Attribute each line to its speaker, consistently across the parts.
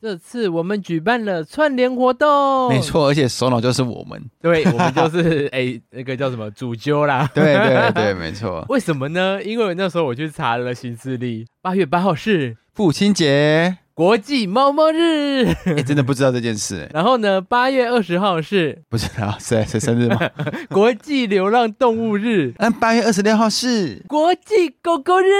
Speaker 1: 这次我们举办了串联活动，
Speaker 2: 没，错，而且首脑就是我 们。
Speaker 1: 对我们就是 哎、那个叫什么主揪啦。
Speaker 2: 对对对，没错。
Speaker 1: 为什么呢？因为那时候我去查了新势力，八月八号是
Speaker 2: 父亲 节，
Speaker 1: 国际猫猫日，
Speaker 2: 哎、真的不知道这件事、哎
Speaker 1: 然后呢，八月二十号是
Speaker 2: 不知道谁谁生日吗？
Speaker 1: 国际流浪动物日，
Speaker 2: 但八月二十六号是。
Speaker 1: 国际狗狗日。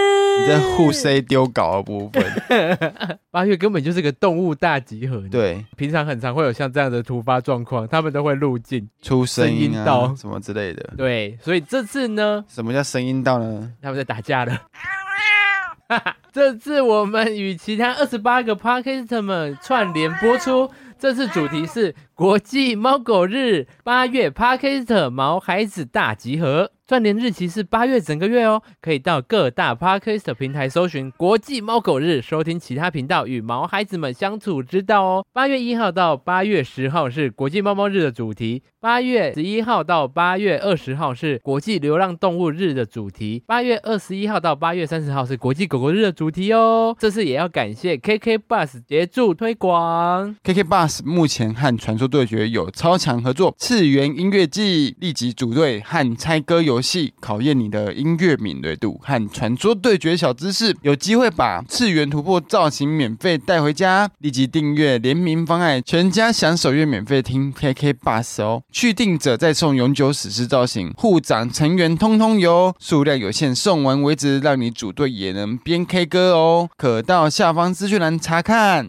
Speaker 2: 你在互 C 丢稿的部分，
Speaker 1: 八月根本就是个动物大集合。，
Speaker 2: 对，
Speaker 1: 平常很常会有像这样的突发状况，他们都会入境。
Speaker 2: 出声音
Speaker 1: 声音
Speaker 2: 啊
Speaker 1: 道，
Speaker 2: 什么之类的。
Speaker 1: 对，所以这次呢，
Speaker 2: 什么叫声音道呢？
Speaker 1: 他们在打架了。 这次我们与其他二十八个 p o d c a s t 们串联播出，这次主题是国际猫狗日，八月 p o d c a s t 毛孩子大集合。串联日期是八月整个月哦，可以到各大 p o d c a s t 平台搜寻“国际猫狗日”，收听其他频道与毛孩子们相处之道哦。八月一号到八月十号是国际猫猫日的主题，八月十一号到八月二十号是国际流浪动物日的主题，八月二十一号到八月三十号是国际狗狗日的主题哦。这次也要感谢 KK Bus 协助推广。
Speaker 2: KK Bus 目前和传说对决有超强合作，次元音乐季立即组队和猜歌游戏，考验你的音乐敏锐度和传说对决小知识，有机会把次元突破造型免费带回家。立即订阅联名方案，全家享首月免费听 KK Bus 哦。续订者再送永久史诗造型，护长成员通通有，数量有限，送完为止，让你组队也能边 K 歌哦。可到下方资讯栏查看。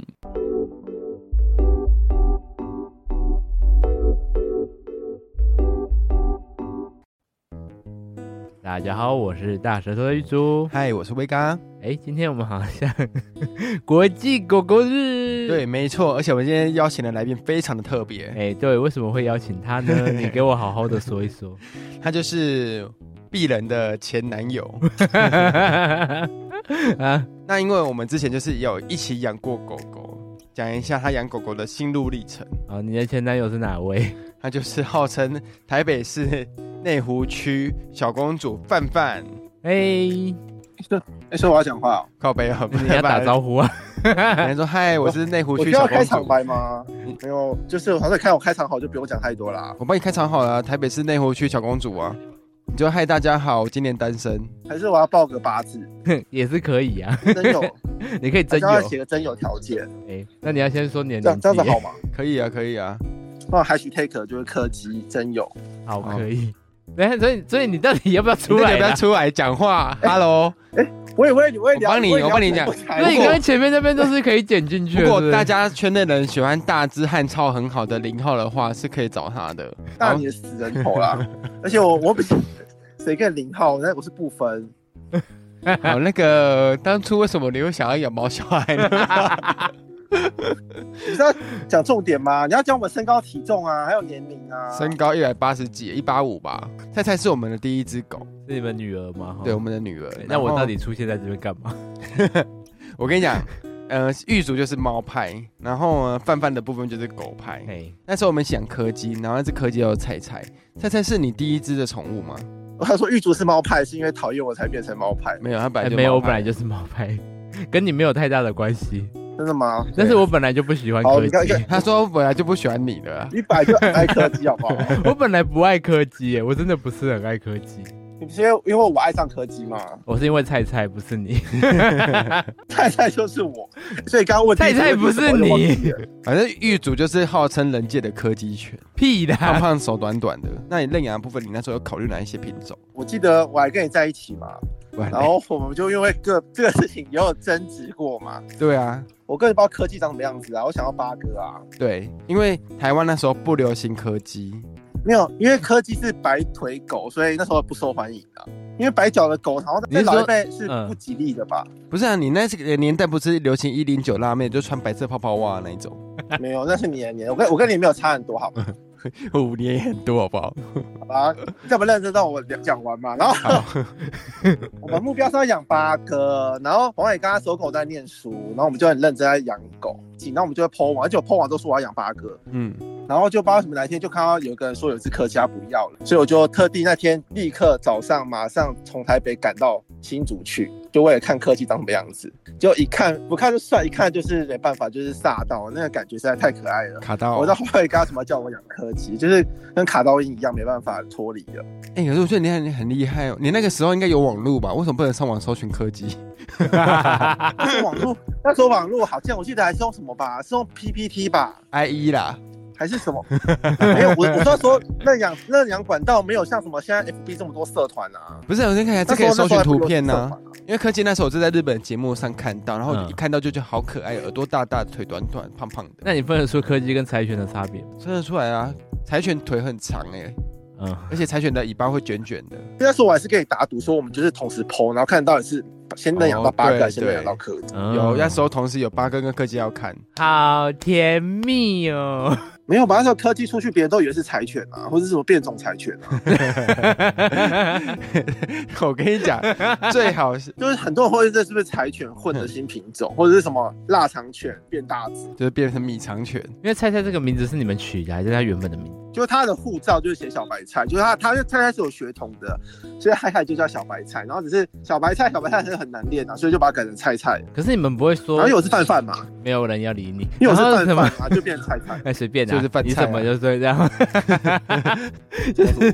Speaker 1: 大家好，我是大舌头的玉珠。
Speaker 2: 嗨，我是威刚。
Speaker 1: 哎，今天我们好像 国际狗狗日。
Speaker 2: 对，没错，而且我们今天邀请的来宾非常的特别，
Speaker 1: 哎，对，为什么会邀请他呢？你给我好好的说一说。
Speaker 2: 他就是鄙人的前 男友。
Speaker 1: 啊，
Speaker 2: 那因为我们之前就是也有一起养过狗狗，讲一下他养狗狗的心路历程。
Speaker 1: 好，你的前男友是哪位？
Speaker 2: 他就是号称台北市内湖区小公主范范，
Speaker 1: 哎，你
Speaker 3: 哎，说我要讲话哦、
Speaker 2: 靠北哦，不是
Speaker 1: 要打招呼啊？
Speaker 2: 范人家说嗨，我是内湖
Speaker 3: 我需
Speaker 2: 区
Speaker 3: 要
Speaker 2: 小
Speaker 3: 开
Speaker 2: 公
Speaker 3: 场
Speaker 2: 主。
Speaker 3: 白吗？没有，就是好像看我开场好，就不用讲太多啦。
Speaker 2: 我帮你开场好了啊、台北市内湖区小公主啊，你就嗨大家好，我今年单身，
Speaker 3: 还是我要报个 八字，
Speaker 1: 也是可以啊，
Speaker 3: 真有，
Speaker 1: 你可以真
Speaker 3: 还是要
Speaker 1: 有。
Speaker 3: 写个真啊有条件，
Speaker 1: 哎，那你要先说你的
Speaker 3: 这样
Speaker 1: 年纪
Speaker 3: 这样子好吗？
Speaker 2: 可以啊，可以啊，
Speaker 3: 那 hash take 就是柯基真有，
Speaker 1: 哎好
Speaker 2: 好
Speaker 1: 可以。等一下，所以所以你到底要不要出来
Speaker 2: 你那个不要
Speaker 1: 啊？
Speaker 2: 出来讲话，Hello。
Speaker 3: 我也我也我也聊，
Speaker 2: 我帮你
Speaker 3: 也聊
Speaker 2: 我帮你讲
Speaker 3: 我才
Speaker 1: 所以
Speaker 2: 如
Speaker 1: 你
Speaker 2: 果
Speaker 1: 刚才前面那边都是可以剪进去的。
Speaker 2: 如
Speaker 1: 是不
Speaker 2: 果
Speaker 1: 是
Speaker 2: 大家圈内人喜欢大只汉超很好的零号的话，是可以找他 的。
Speaker 3: 大你的死人头啦！而且我我比谁跟零号，那我是不分，
Speaker 2: 好，那个当初为什么你会想要养毛小孩呢？
Speaker 3: 你是要讲重点吗？你要讲我们身高体重啊，还有年龄啊。
Speaker 2: 身高一百八十几，一八五吧。菜菜是我们的第一只狗，
Speaker 1: 是你们女儿吗？哈
Speaker 2: 对，我。们的女儿
Speaker 1: 哦哎对。那
Speaker 2: 然后
Speaker 1: 我到底出现在这边干嘛？
Speaker 2: 我跟你讲，呃，玉竹就是猫派，然后呢，范范的部分就是狗派。
Speaker 1: 哎，
Speaker 2: 那时候我们想柯基，然后那只柯基叫菜菜。菜菜是你第一只的宠物吗？
Speaker 3: 我他说玉竹是猫派，是因为讨厌我才变成猫派，
Speaker 2: 没有，它本来
Speaker 1: 哎
Speaker 2: 就
Speaker 1: 没有，
Speaker 2: 猫
Speaker 1: 我
Speaker 2: 派
Speaker 1: 本来就是冒牌，跟你没有太大的关系。
Speaker 3: 真的吗？
Speaker 1: 但是我本来就不喜欢
Speaker 3: 好
Speaker 1: 柯
Speaker 3: 啊哦你看
Speaker 1: 基，
Speaker 2: 他说我本来就不喜欢你的啦。
Speaker 3: 你本来就很爱柯基，好不好？
Speaker 1: 我本来不爱柯基耶，我真的不是很爱柯基。
Speaker 3: 你不是因为因为我爱上柯基嘛？
Speaker 1: 我是因为菜菜，不是你。
Speaker 3: 菜菜就是我，所以刚刚问
Speaker 1: 菜菜不是你，
Speaker 2: 反正玉竹就是号称人界的柯基犬。
Speaker 1: 屁啊
Speaker 2: 胖
Speaker 1: 啦！
Speaker 2: 胖手短短的。那你认养的部分，你那时候有考虑哪一些品种？
Speaker 3: 我记得我还跟你在一起嘛，然后我们就因为各这个事情也有争执过嘛。
Speaker 2: 对啊，
Speaker 3: 我根本不知道柯基长什么样子啊，我想要八哥啊，
Speaker 2: 对，因为台湾那时候不流行柯基，
Speaker 3: 没有，因为柯基是白腿狗，所以那时候不受欢迎啊。因为白脚的狗好像
Speaker 2: 你
Speaker 3: 在
Speaker 2: 是说
Speaker 3: 老一辈是
Speaker 1: 嗯
Speaker 3: 不吉利的吧？
Speaker 2: 不是啊？你那个年代不是流行一零九辣妹，就穿白色泡泡袜那一种，
Speaker 3: 没有，那是你的年，我跟我跟你没有差很多，好吗？
Speaker 2: 五年也很多，好不好？
Speaker 3: 好吧，你这么认真让我聊讲完嘛。然后 我们目标是要养八哥，然后黄伟刚刚手狗在念书，然后我们就很认真在养狗，然后我们就会剖网，而且我剖网都说我要养八哥，
Speaker 2: 嗯，
Speaker 3: 然后就不知道为什么哪一天就看到有个人说有一只柯基他不要了，所以我就特地那天立刻早上马上从台北赶到新竹去，就为了看科技长什么样子，就一看不看就算，一看就是没办法，就是飒到那个感觉实在太可爱了。
Speaker 2: 卡到啊
Speaker 3: 我知道后来刚什么叫我养柯基，就是跟卡刀音一样，没办法脱离 的。
Speaker 2: 哎、可是我觉得你很很厉害哦，你那个时候应该有网络吧？为什么不能上网搜寻科技？
Speaker 3: 那时候网络，那时候网络好像我记得还是用什么吧，是用 PPT 吧，
Speaker 2: IE E 啦，
Speaker 3: 还是什么？没有，我我那时候那养那养管道没有像什么现在 FB 这么多社团啊。
Speaker 2: 不是，我先看看，这
Speaker 3: 那
Speaker 2: 可
Speaker 3: 时
Speaker 2: 以
Speaker 3: 候
Speaker 2: 搜
Speaker 3: 那时
Speaker 2: 寻
Speaker 3: 候还不
Speaker 2: 图
Speaker 3: 流行
Speaker 2: 片呢、
Speaker 3: 社团啊
Speaker 2: 因为科技那时候我就在日本节目上看到，然后
Speaker 1: 嗯
Speaker 2: 一看到就觉得好可爱，耳朵大大，腿短短，胖胖的，
Speaker 1: 那你分得出柯基跟柴犬的差别吗？
Speaker 2: 看得出来啊。柴犬腿很长哎、
Speaker 1: 嗯，
Speaker 2: 而且柴犬的尾巴会卷卷的。
Speaker 3: 那时候我还是可以打赌说我们就是同时剖，然后看到底是先能养到八个，
Speaker 2: 哦对
Speaker 3: 还是先能养到柯基。
Speaker 1: 嗯
Speaker 2: 有那时候同时有八哥跟科技要看，
Speaker 1: 好甜蜜哦。
Speaker 3: 没有吧？那时候柯基出去，别人都以为是柴犬啊，或者是什么变种柴犬啊，
Speaker 2: 我跟你讲，最好是
Speaker 3: 就是很多人会认为这是不是柴犬混的新品种，或者是什么腊肠犬变大只。
Speaker 2: 就是变成米长犬，
Speaker 1: 因为菜菜这个名字是你们取的，还是它原本的名字？
Speaker 3: 就是他的护照就是写小白菜，就是他他他开始有血统的，所以海海就叫小白菜，然后只是小白菜小白菜是很难念啊，所以就把它改成菜菜了。
Speaker 1: 可是你们不会
Speaker 3: 然
Speaker 1: 说
Speaker 3: 后因为我是范范嘛，
Speaker 1: 没有人要理你，
Speaker 3: 因为我是
Speaker 1: 然后
Speaker 3: 范
Speaker 1: 什么
Speaker 2: 啊
Speaker 3: 范嘛，就变成菜 菜。
Speaker 1: 哎，随便啊，
Speaker 2: 就是饭
Speaker 1: 你
Speaker 2: 菜啊
Speaker 1: 怎么就对这 样？就是，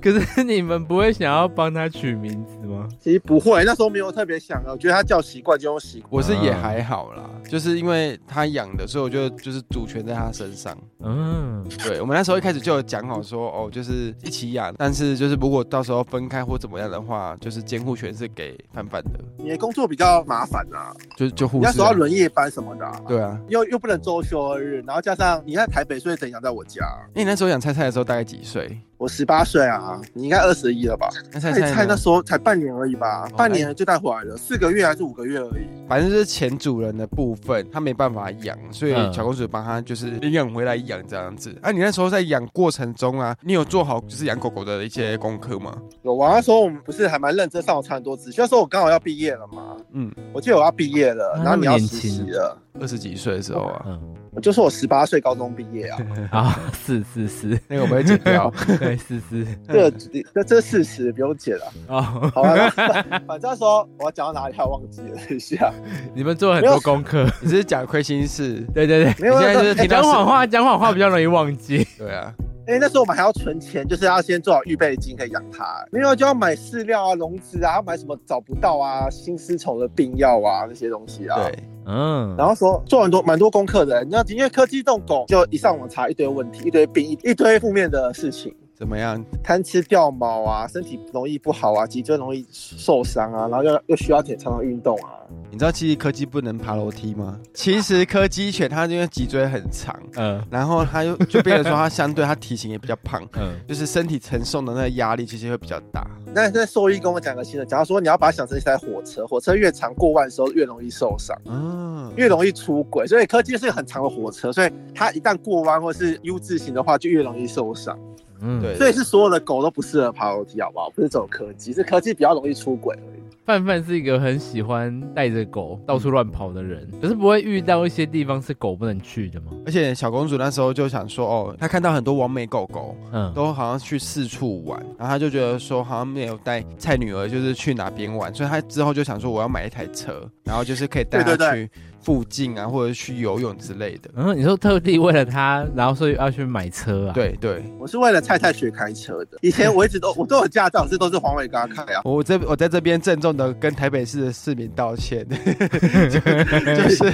Speaker 1: 可是你们不会想要帮他取名字吗？
Speaker 3: 其实不会，那时候没有特别想啊，我觉得他叫习惯就用习惯。
Speaker 2: 我是也
Speaker 1: 啊
Speaker 2: 还好啦，就是因为他养的，所以我就就是主权在他身上。
Speaker 1: 嗯，
Speaker 2: 对，我们那时候一开始就有讲好说，哦，就是一起养，但是就是如果到时候分开或怎么样的话，就是监护权是给范范的，
Speaker 3: 你的工作比较麻烦啊，
Speaker 2: 就就护士、
Speaker 3: 你那
Speaker 2: 啊。
Speaker 3: 时候要轮夜班什么的、啊。
Speaker 2: 对啊，
Speaker 3: 又又不能周休二日，然后加上你在台北，所以只能养在我家。
Speaker 2: 那你那时候养菜菜的时候大概几岁？
Speaker 3: 我十八岁啊，你应该二十一了吧？
Speaker 2: 那菜
Speaker 3: 菜
Speaker 2: 菜
Speaker 3: 菜
Speaker 2: 呢
Speaker 3: 那时候才半年而已吧，
Speaker 2: 哦
Speaker 3: 半年就带回来了，四个月还是五个月而已。
Speaker 2: 反正就是前主人的部分，他没办法养，所以
Speaker 1: 嗯
Speaker 2: 小公主帮他就是领养回来养这样子。啊，你那时候在养过程中啊，你有做好就是养狗狗的一些功课吗？
Speaker 3: 有啊，那时候我们不是还蛮认真上网查很多资讯，那时候我刚好要毕业了嘛，
Speaker 2: 嗯，
Speaker 3: 我记得我要毕业了
Speaker 1: 啊，
Speaker 3: 然后你要
Speaker 1: 那么年
Speaker 3: 实
Speaker 1: 轻
Speaker 3: 习了，
Speaker 2: 二十几岁的时候啊，
Speaker 1: 嗯，
Speaker 3: 我就说我十八岁高中毕业啊，
Speaker 1: 啊，是是是，
Speaker 2: 那个我们会剪 掉。
Speaker 1: 对，是是，
Speaker 3: 这这这事实不用解了，
Speaker 1: 哦，
Speaker 3: 好吧？ 反反正那时候我要讲到哪里还忘记了一下，
Speaker 1: 你们做了很多功课，
Speaker 2: 你只是讲亏心事，
Speaker 1: 对对对。
Speaker 3: 没有
Speaker 2: 你现在
Speaker 3: 那
Speaker 2: 就是
Speaker 3: 哎
Speaker 2: 听到
Speaker 1: 讲谎话，讲谎话比较容易忘 记。
Speaker 2: 对啊，
Speaker 3: 哎、那时候我们还要存钱，就是要先做好预备金可以养它，因为就要买饲料啊、笼子啊，要买什么找不到啊、新丝虫的病药啊那些东西啊。。
Speaker 2: 对，
Speaker 1: 嗯，
Speaker 3: 然后说做很多蛮多功课的，你知道，因为科技这种狗，就一上网查一堆问题，一堆病，一一堆负面的事情，
Speaker 2: 怎么样？
Speaker 3: 贪吃掉毛啊，身体容易不好啊，脊椎容易受伤啊，然后又又需要常常运动啊。
Speaker 2: 你知道其实柯基不能爬楼梯吗？其实柯基犬它因为脊椎很长，
Speaker 1: 嗯
Speaker 2: 然后它又就变成说它相对它体型也比较胖，
Speaker 1: 嗯，
Speaker 2: 就是身体承受的那个压力其实会比较大。
Speaker 3: 那那兽医跟我讲个新的，假如说你要把它想成一台火车，火车越长过弯的时候越容易受伤。
Speaker 2: 嗯，
Speaker 3: 越容易出轨，所以柯基是很长的火车，所以它一旦过弯或是 U 字形的话，就越容易受伤。
Speaker 1: 嗯，
Speaker 2: 对，
Speaker 3: 所以是所有的狗都不适合爬楼梯，好不好？不是只有柯基，是柯基比较容易出轨而已。
Speaker 1: 范范是一个很喜欢带着狗到处乱跑的人，可是不会遇到一些地方是狗不能去的吗？
Speaker 2: 而且小公主那时候就想说，哦，她看到很多完美狗狗
Speaker 1: 嗯，
Speaker 2: 都好像去四处玩，然后她就觉得说好像没有带菜女儿就是去哪边玩，所以她之后就想说我要买一台车，然后就是可以带她
Speaker 3: 对对
Speaker 2: 去附近啊，或者去游泳之类的。
Speaker 1: 嗯，你说特地为了它，然后所以要去买车啊？，
Speaker 2: 对对，
Speaker 3: 我是为了菜菜学开车的，以前我一直都我都有驾照，这都是黄伟刚开啊。
Speaker 2: 我这我在这边郑重的跟台北市的市民道歉， 就就是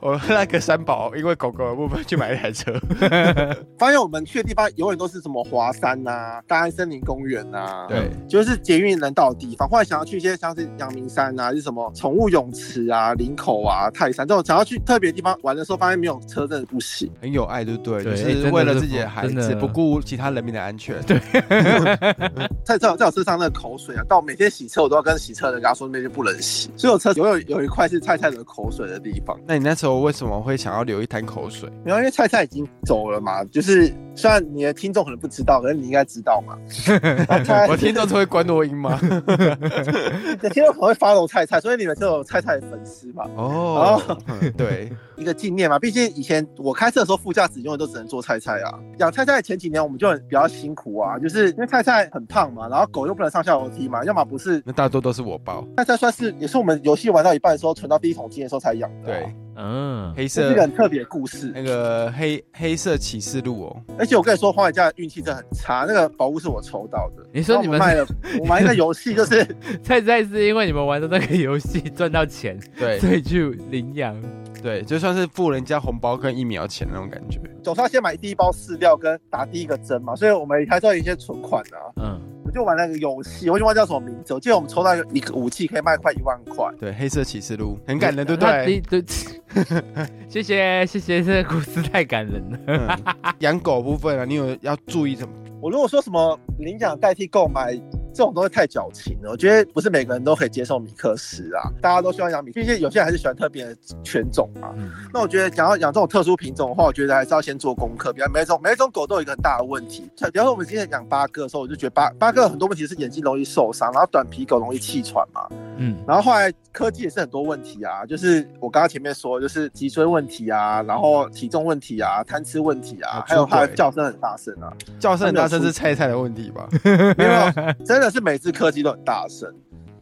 Speaker 2: 我那个三宝因为狗狗的部分去买一 台车，
Speaker 3: 发现我们去的地方永远都是什么华山呐、啊、大安森林公园呐、啊，
Speaker 2: 对，
Speaker 3: 就是捷运能到的地方。后来想要去一些像是阳明山啊，是什么宠物泳池啊、林口啊、泰山这种，想要去特别地方玩的时候，发现没有车真的不行。
Speaker 2: 很有爱，对不对？
Speaker 1: 对哎
Speaker 2: 就
Speaker 1: 真
Speaker 2: 是
Speaker 1: 的
Speaker 2: 为了
Speaker 1: 是
Speaker 2: 自己的
Speaker 1: 不
Speaker 2: 孩
Speaker 1: 真的
Speaker 2: 子，不顾其他人民的安全。对，
Speaker 3: 在在我在我车上那个口水啊，到我每天洗车我都要跟洗车的人跟他说那边就不能洗，所以我车有有有一块是菜菜的口水的地方，
Speaker 2: 那你那时候为什么会想要流一滩口水？
Speaker 3: 然后因为菜菜已经走了嘛，就是虽然你的听众可能不知道，可是你应该知道嘛。然后菜
Speaker 2: 我听众都会关 录音吗？
Speaker 3: 你的听众可能会 follow 菜菜，所以你们就有菜菜的粉丝嘛。
Speaker 2: 哦，对，
Speaker 3: 一个纪念嘛。毕竟以前我开车的时候，副驾驶永远都只能坐菜菜啊。养菜菜前几年我们就很比较辛苦啊，就是因为菜菜很胖嘛，然后狗又不能上下楼梯嘛，要么不是
Speaker 2: 那大多都是我包。
Speaker 3: 菜菜算是也是我们游戏玩到一半的时候存到第一桶金的时候才养的、啊
Speaker 2: 对，，哎
Speaker 1: 嗯，
Speaker 2: 黑
Speaker 3: 哦这是一个
Speaker 2: 色
Speaker 3: 很特别的故事。
Speaker 2: 那个黑黑色启示录哦，
Speaker 3: 而且我跟你说，黄海家的运气真的很差，那个宝物是我抽到的。
Speaker 1: 你说
Speaker 3: 然后
Speaker 1: 你
Speaker 3: 我
Speaker 1: 们
Speaker 3: 卖了，我玩一个游戏就是
Speaker 1: 菜菜是因为你们玩的那个游戏赚到钱，
Speaker 2: 对
Speaker 1: 所以去领养。
Speaker 2: 对，就算是付人家红包跟一秒钱那种感觉。
Speaker 3: 总是要先买第一包饲料跟打第一个针嘛，所以我们还是要有一些存款啊。
Speaker 1: 嗯，
Speaker 3: 我就玩那个游戏，我已经忘记叫什么名字，我记得我们抽到一个一个武器可以卖快一万块。
Speaker 2: 对，黑色启示录很感人，对
Speaker 1: 嗯
Speaker 2: 不
Speaker 1: 那第
Speaker 2: 对？
Speaker 1: 对， 谢谢谢谢，这个故事太感人了。
Speaker 2: 嗯养狗部分啊，你有要注意什么？
Speaker 3: 我如果说什么领养代替购买这种东西太矫情了，我觉得不是每个人都可以接受米克斯啊，大家都希望养米，毕竟有些人还是喜欢特别的犬种啊。
Speaker 1: 嗯
Speaker 3: 那我觉得，想要养这种特殊品种的话，我觉得还是要先做功课。比方每一种每一种狗都有一个很大的问题，像比方说我们今天养八哥的时候，我就觉得八八哥有很多问题是眼睛容易受伤，然后短皮狗容易气喘嘛。
Speaker 1: 嗯，
Speaker 3: 然后后来科技也是很多问题啊，就是我刚刚前面说，就是脊椎问题啊，然后体重问题啊，贪吃问题啊
Speaker 2: 啊，
Speaker 3: 还有它
Speaker 2: 出轨
Speaker 3: 的叫声很大声啊，
Speaker 2: 叫声很大声是菜菜的问题 吧？
Speaker 3: 没有，真的是每只科技都很大声。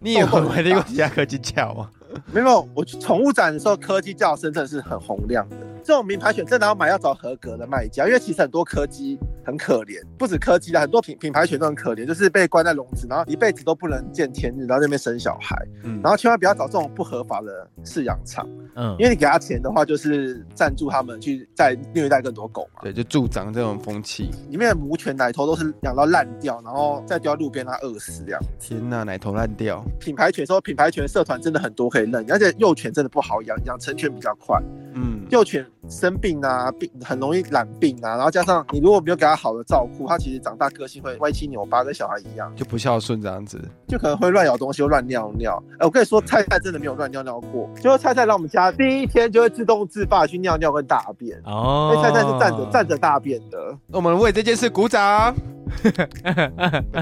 Speaker 2: 你有玩过其他科技叫 吗？
Speaker 3: 没有，我去宠物展的时候，科技叫声真的是很洪亮的。这种名牌犬真的要买，要找合格的卖家，因为其实很多柯基很可怜，不止柯基啦，很多品品牌犬都很可怜，就是被关在笼子，然后一辈子都不能见天日，然后在那边生小孩，
Speaker 2: 嗯
Speaker 3: 然后千万不要找这种不合法的饲养场，
Speaker 1: 嗯
Speaker 3: 因，为你给他钱的话，就是赞助他们去再虐待更多狗嘛。
Speaker 2: 对，就助长这种风气。
Speaker 3: 里面的母犬奶头都是养到烂掉，然后再丢到路边让它饿死这样。
Speaker 2: 天呐，奶头烂掉，
Speaker 3: 品牌犬说，品牌犬社团真的很多可以认，而且幼犬真的不好养，养成犬比较快。
Speaker 2: 嗯，
Speaker 3: 幼犬生病啊，病很容易染病啊，然后加上你如果没有给它好的照顾，它其实长大个性会歪七扭八，跟小孩一样，
Speaker 2: 就不孝顺这样子。
Speaker 3: 就可能会乱咬东西又乱尿尿。哎、我跟你说，菜菜真的没有乱尿尿过，就是菜菜来我们家第一天就会自动自发地去尿尿跟大便。因
Speaker 1: 哦
Speaker 3: 为菜菜是站着站着大便的，
Speaker 2: 我们为这件事鼓 掌。
Speaker 1: 着，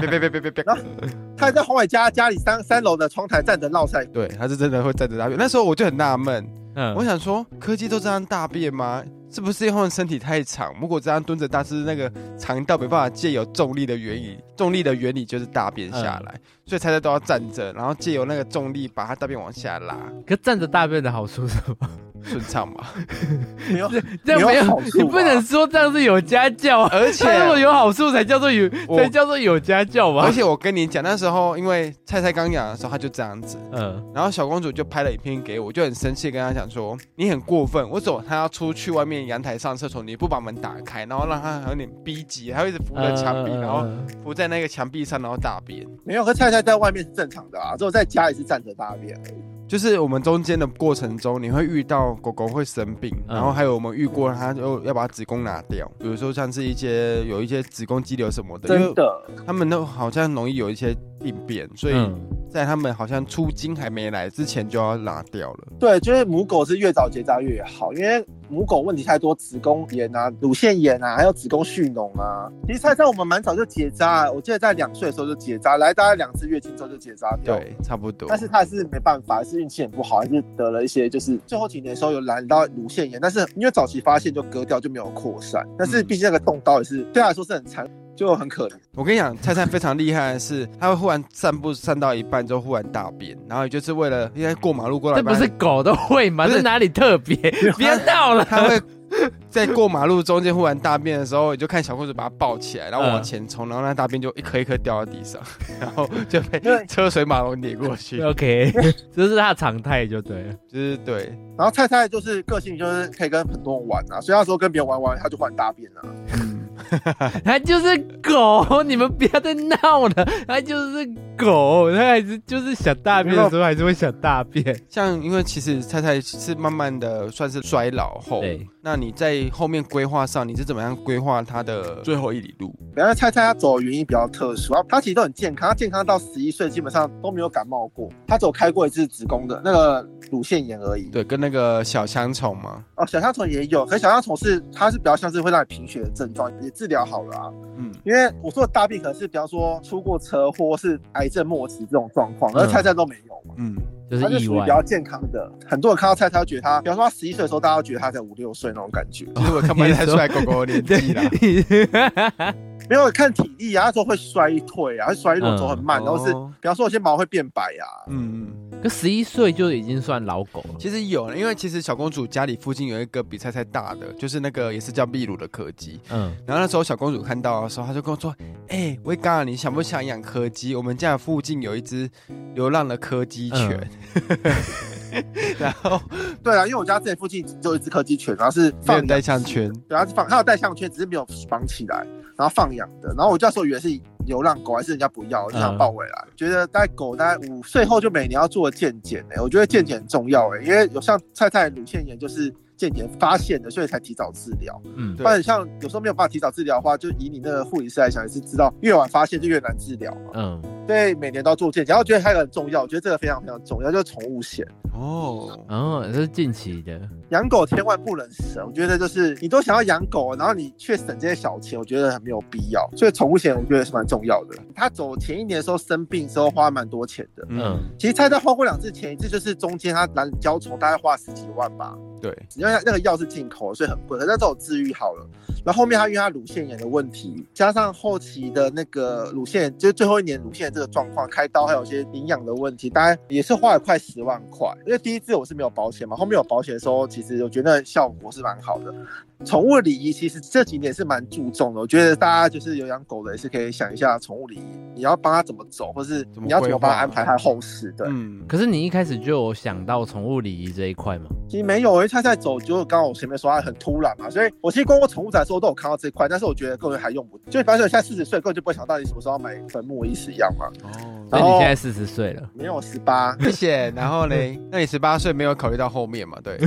Speaker 2: 别别别别别别！
Speaker 3: 菜在黄伟家家里三三楼的窗台站着闹菜，
Speaker 2: 对，他是真的会站着大便。那时候我就很纳闷，
Speaker 1: 嗯
Speaker 2: 我想说，柯基都这样大便吗？是不是因为他们身体太长？如果这样蹲着大，是那个肠道没办法借由重力的原理，重力的原理就是大便下来，所以才在都要站着，然后借由那个重力把它大便往下拉，
Speaker 1: 可站着大便的好处是什么？
Speaker 2: 顺畅嘛。
Speaker 3: 没有
Speaker 1: 这样没有
Speaker 3: 好处，
Speaker 1: 你
Speaker 3: 吧
Speaker 1: 不能说这样是有家教啊。
Speaker 2: 而且
Speaker 1: 他如果有好处才叫做有，
Speaker 2: 我
Speaker 1: 才叫做有家教吧
Speaker 2: 而。且我跟你讲，那时候因为菜菜刚养的时候，他就这样子。
Speaker 1: 嗯，
Speaker 2: 然后小公主就拍了影片给我，我就很生气，跟她讲说：“你很过分，我走，她要出去外面阳台上厕所，你不把门打开，然后让她有点逼急，她会一直扶着墙壁，
Speaker 1: 嗯
Speaker 2: 然后
Speaker 1: 嗯
Speaker 2: 扶在那个墙壁上，然后大便。
Speaker 3: 没有和菜菜在外面是正常的啊，只有在家里是站着大便。
Speaker 2: 就是我们中间的过程中，你会遇到狗狗会生病，
Speaker 1: 嗯
Speaker 2: 然后还有我们遇过它要要把子宫拿掉，比如说像是一些有一些子宫肌瘤什么的，因
Speaker 3: 真
Speaker 2: 为
Speaker 3: 的，
Speaker 2: 他们都好像容易有一些病变，所以
Speaker 1: 嗯
Speaker 2: 在他们好像出经还没来之前就要拿掉了。
Speaker 3: 对，就是母狗是越早结扎越好，因为母狗问题太多，子宫炎啊、乳腺炎啊，还有子宫蓄脓啊。其实菜菜我们蛮早就结扎，我记得在两岁的时候就结扎，来大概两次月经之后就结扎掉。。
Speaker 2: 对，差不多。
Speaker 3: 但是他还是没办法，还是运气很不好，还是得了一些，就是最后几年的时候有染到乳腺炎，但是因为早期发现就割掉就没有扩散，但是毕竟那个动刀也是对他来说是很残，就很可怜。
Speaker 2: 我跟你讲，菜菜非常厉害的是，他会忽然散步散到一半之后忽然大便，然后也就是为了应该过马路过来，
Speaker 1: 这不 是狗都会吗？
Speaker 2: 不是
Speaker 1: 这哪里特别？别闹了。
Speaker 2: 他会在过马路中间忽然大便的时候，你就看小裤子把它抱起来，然后往前冲，然后那大便就一颗一颗掉到地上，然后 就被
Speaker 3: 对
Speaker 2: 车水马龙碾过 去，
Speaker 1: OK，这是他的常态就对了。
Speaker 2: 就是对，
Speaker 3: 然后菜菜就是个性就是可以跟很多人玩啊，所以那时候跟别人玩玩，他就换大便了、
Speaker 1: 他就是狗，你们不要再闹了。他就是狗，他还是就是想大便的时候还是会想大便。
Speaker 2: 像因为其实菜菜是慢慢的算是衰老后
Speaker 1: 对，
Speaker 2: 那你在后面规划上你是怎么样规划它的最后一里路？
Speaker 3: 然后菜菜他走的原因比较特殊，他其实都很健康，他健康到十一岁基本上都没有感冒过，他只有开过一次子宫的那个乳腺炎而已。
Speaker 2: 对，跟那个小香虫嘛，
Speaker 3: 哦，小香虫也有，可是小香虫是它是比较像是会让你贫血的症状，也治疗好了啊。
Speaker 2: 嗯，
Speaker 3: 因为我说的大病可能是比方说出过车祸、是癌症末期这种状况，而
Speaker 1: 嗯
Speaker 3: 菜菜都没有嘛。
Speaker 2: 嗯，
Speaker 1: 就
Speaker 3: 它
Speaker 1: 是
Speaker 3: 是
Speaker 1: 意
Speaker 3: 属于
Speaker 1: 外
Speaker 3: 比。较健康的。很多人看到菜，他会觉得他，比方说他十一岁的时候，大家都觉得他才五六岁那种感 觉。
Speaker 2: 其实我看不太出来狗狗的年纪 啦。
Speaker 3: 没有看体力啊，那时候会衰退啊，会衰弱，
Speaker 1: 嗯
Speaker 3: 走很慢，然后是
Speaker 2: 哦
Speaker 3: 比方说有些毛会变白啊，
Speaker 2: 嗯嗯，
Speaker 1: 可 十一岁就已经算老狗了。
Speaker 2: 其实有，因为其实小公主家里附近有一个比菜菜大的，就是那个也是叫秘鲁的柯基。
Speaker 1: 嗯，
Speaker 2: 然后那时候小公主看到的时候，她就跟我说：“哎、威嘎，你想不想养柯基？我们家附近有一只流浪的柯基犬。然后
Speaker 3: 对啊，因为我家这里附近只有一只柯基犬，然后是
Speaker 2: 没有
Speaker 3: 放
Speaker 2: 带
Speaker 3: 养，
Speaker 2: 项圈，
Speaker 3: 对，它是放，它有带项圈，只是没有绑起来，然后放养的。然后我那时候以为是流浪狗，还是人家不要，就想抱回来。觉得大概狗大概五岁后就每年要做健检哎、我觉得健检很重要哎、因为有像菜菜乳腺炎就是健检发现的，所以才提早治疗。
Speaker 1: 嗯
Speaker 2: 对
Speaker 3: 不然像有时候没有办法提早治疗的话，就以你那个护理师来讲，也是知道越晚发现就越难治疗嘛。
Speaker 1: 嗯
Speaker 3: 对，每年都要做健检，然后我觉得还有很重要，我觉得这个非常非常重要，就是宠物险。
Speaker 2: 哦，
Speaker 1: 哦，这是近期的。
Speaker 3: 养狗千万不能省，我觉得就是你都想要养狗，然后你却省这些小钱，我觉得很没有必要。所以宠物险我觉得是蛮重要的。它走前一年的时候生病的时候花蛮多钱的，
Speaker 1: 嗯
Speaker 2: 嗯，
Speaker 3: 其实菜菜花过两次钱，一次就是中间它染胶虫，大概花十几万吧，
Speaker 2: 对，
Speaker 3: 因为那个药是进口的，所以很贵。可是那时候我治愈好了，然后后面他因为他乳腺炎的问题，加上后期的那个乳腺，就是最后一年乳腺这个状况，开刀还有一些营养的问题，大概也是花了快十万块。因为第一次我是没有保险嘛，后面有保险的时候，其实我觉得效果是蛮好的。宠物礼仪其实这几年是蛮注重的，我觉得大家就是有养狗的也是可以想一下宠物礼仪，你要帮它怎么走，或是
Speaker 2: 怎么
Speaker 3: 你要怎么帮
Speaker 2: 规
Speaker 3: 它
Speaker 2: 划
Speaker 3: 安排它的后事。对，
Speaker 2: 嗯，
Speaker 1: 可是你一开始就有想到宠物礼仪这一块吗？
Speaker 3: 其实没有，因为菜菜走，就刚刚我前面说他很突然嘛，所以我其实光我宠物展的时候都有看到这一块，但是我觉得根本还用不，就反正我现在四十岁，根本就不会想到你什么时候要买坟墓的意思一样嘛。
Speaker 1: 所以你
Speaker 2: 哦，，
Speaker 3: 然后
Speaker 1: 现在四十岁了，
Speaker 3: 没有十八
Speaker 2: 谢谢。然后嘞，那你十八岁没有考虑到后面嘛？对，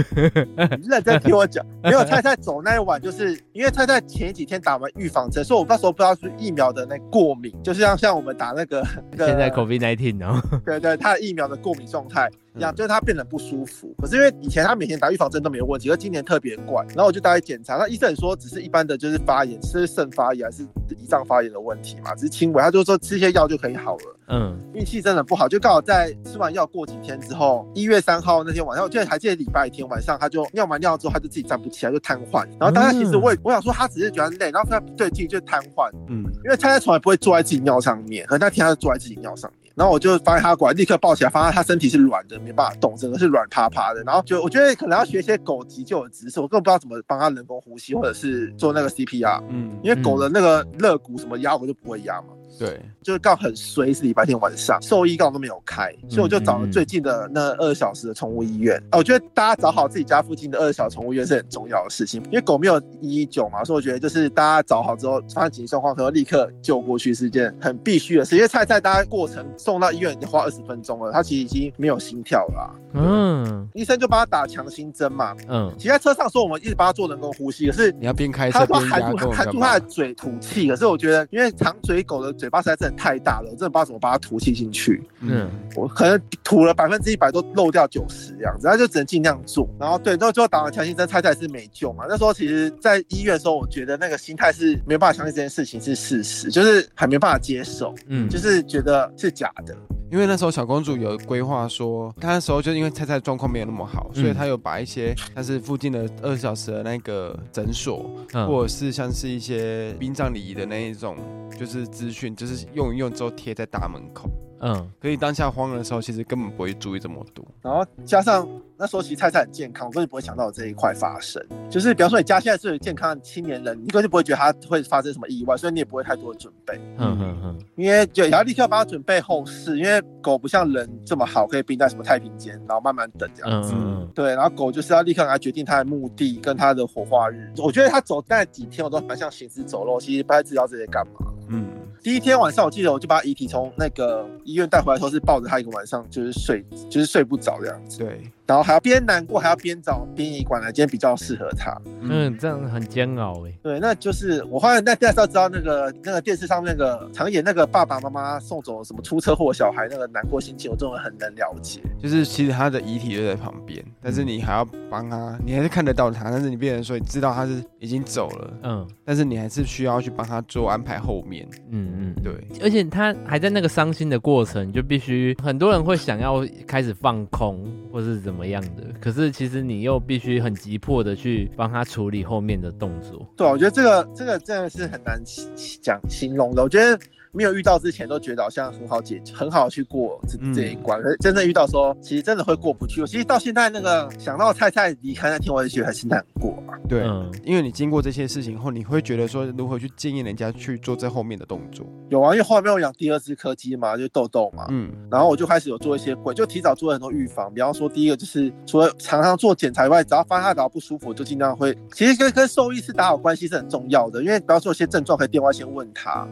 Speaker 3: 你认真听我讲。没有菜菜走那一晚，就是因为菜菜前几天打完预防针，所以我那时候不知道是疫苗的那过敏，就是像像我们打那个那个
Speaker 1: 现在 COVID nineteen 哦，
Speaker 3: 对对，他的疫苗的过敏状态一样，
Speaker 2: 嗯
Speaker 3: 就是他变得不舒服。可是因为以前他每天打预防针都没有问题，而今年特别怪。然后我就大概检查，那医生也说只是一般的就是发炎，是肾发炎还是胰脏发炎的问题嘛，只是轻微。他就说吃一些药就可以好了。
Speaker 1: 嗯
Speaker 3: 运气真的不好，就刚好在吃完药过几天之后，一月三号那天晚上，我记得还记得礼拜天晚上，他就尿完尿之后，他就自己站不起来，就瘫痪。然后当时其实我也我想说他只是觉得累，然后他不对劲就瘫痪。
Speaker 2: 嗯，
Speaker 3: 因为他在从来不会坐在自己尿上面，可是那天他就坐在自己尿上面，然后我就发现他果然立刻抱起来，发现他身体是软的，没办法动，整个是软趴趴的。然后就我觉得可能要学一些狗急救的知识，我根本不知道怎么帮他人工呼吸或者是做那个 CPR，
Speaker 2: 嗯，
Speaker 3: 因为狗的那个肋骨什么压我就不会压嘛。
Speaker 2: 对，
Speaker 3: 就是刚好很衰，是礼拜天晚上，兽医刚好都没有开，所以我就找了最近的那二小时的宠物医院。啊，我觉得大家找好自己家附近的二小时宠物医院是很重要的事情，因为狗没有一一九嘛，所以我觉得就是大家找好之后，发现紧急状况可能立刻救过去是一件很必须的事。因为菜菜大家过程送到医院已经花二十分钟了，他其实已经没有心跳了啊、
Speaker 1: 嗯
Speaker 3: 医生就帮他打强心针嘛。
Speaker 1: 嗯，
Speaker 3: 其实在车上说我们一直帮他做人工呼吸，可是
Speaker 2: 你要边开
Speaker 3: 他
Speaker 2: 车
Speaker 3: 说
Speaker 2: 边
Speaker 3: 含
Speaker 2: 压，
Speaker 3: 住
Speaker 2: 跟我
Speaker 3: 含
Speaker 2: 干
Speaker 3: 住它
Speaker 2: 嘛
Speaker 3: 的？嘴吐气，可是我觉得因为长嘴狗的嘴巴实在真的太大了，我真的不知道怎么把它吐气进去，
Speaker 2: 嗯，
Speaker 3: 我可能吐了百分之一百都漏掉九十这样子，他就只能尽量做。然后对，到最后打完强心针，猜猜是没救嘛。那时候其实，在医院的时候，我觉得那个心态是没有办法相信这件事情是事实，就是还没办法接受，
Speaker 1: 嗯
Speaker 3: 就是觉得是假的。
Speaker 2: 因为那时候小公主有规划说，她那时候就因为菜菜状况没有那么好，
Speaker 1: 嗯
Speaker 2: 所以她有把一些像是附近的二十小时的那个诊所，
Speaker 1: 嗯
Speaker 2: 或者是像是一些殡葬礼仪的那一种，就是资讯，就是用一用之后贴在大门口。
Speaker 1: 嗯
Speaker 2: 可以当下慌的时候，其实根本不会注意这么多。
Speaker 3: 然后加上那时候其实菜菜很健康，我根本不会想到有这一块发生。就是比方说你家现在是有健康的青年人，你根本就不会觉得他会发生什么意外，所以你也不会太多的准备，
Speaker 1: 嗯嗯嗯
Speaker 3: 因为就也要立刻帮他准备后事，因为狗不像人这么好，可以冰在什么太平间，然后慢慢等这样。
Speaker 1: 嗯嗯，
Speaker 3: 对，然后狗就是要立刻来决定它的目的跟它的火化日。我觉得它走那几天，我都蛮像行尸走肉，其实不太知道这些干嘛。
Speaker 2: 嗯，
Speaker 3: 第一天晚上，我记得我就把遗体从那个医院带回来的时候，是抱着它一个晚上，就是睡，就是睡不着这样子。
Speaker 2: 对，
Speaker 3: 然后还要边难过还要边找殡仪馆来，今天比较适合他。
Speaker 2: 嗯，
Speaker 1: 嗯，这样很煎熬哎。
Speaker 3: 对，那就是我后来那那时候知道那个那个电视上那个常演那个爸爸妈妈送走什么出车祸小孩那个难过心情，我真的很能了解。
Speaker 2: 就是其实他的遗体就在旁边，但是你还要帮他，你还是看得到他，但是你变成说你知道他是已经走了，
Speaker 1: 嗯
Speaker 2: 但是你还是需要去帮他做安排后面。
Speaker 1: 嗯嗯，
Speaker 2: 对，
Speaker 1: 而且他还在那个伤心的过程，你就必须很多人会想要开始放空或是怎么样的，可是其实你又必须很急迫的去帮他处理后面的动作。
Speaker 3: 对啊，我觉得这个这个真的是很难形讲形容的。我觉得没有遇到之前都觉得好像很好解决，很好去过这
Speaker 2: 嗯
Speaker 3: 这一关，可是真正遇到的时候，其实真的会过不去。我其实到现在那个想到菜菜离开那天，我也觉得还是难过啊。
Speaker 2: 对，
Speaker 1: 嗯
Speaker 2: 因为你经过这些事情后，你会觉得说如何去建议人家去做这后面的动作。
Speaker 3: 有啊，因为后面我养第二只柯基嘛，就豆豆嘛，
Speaker 2: 嗯，
Speaker 3: 然后我就开始有做一些规，就提早做很多预防。比方说，第一个就是除了常常做检查以外，只要发现他只要不舒服，就尽量会。其实跟跟兽医是打好关系是很重要的，因为比方说有些症状可以电话先问他，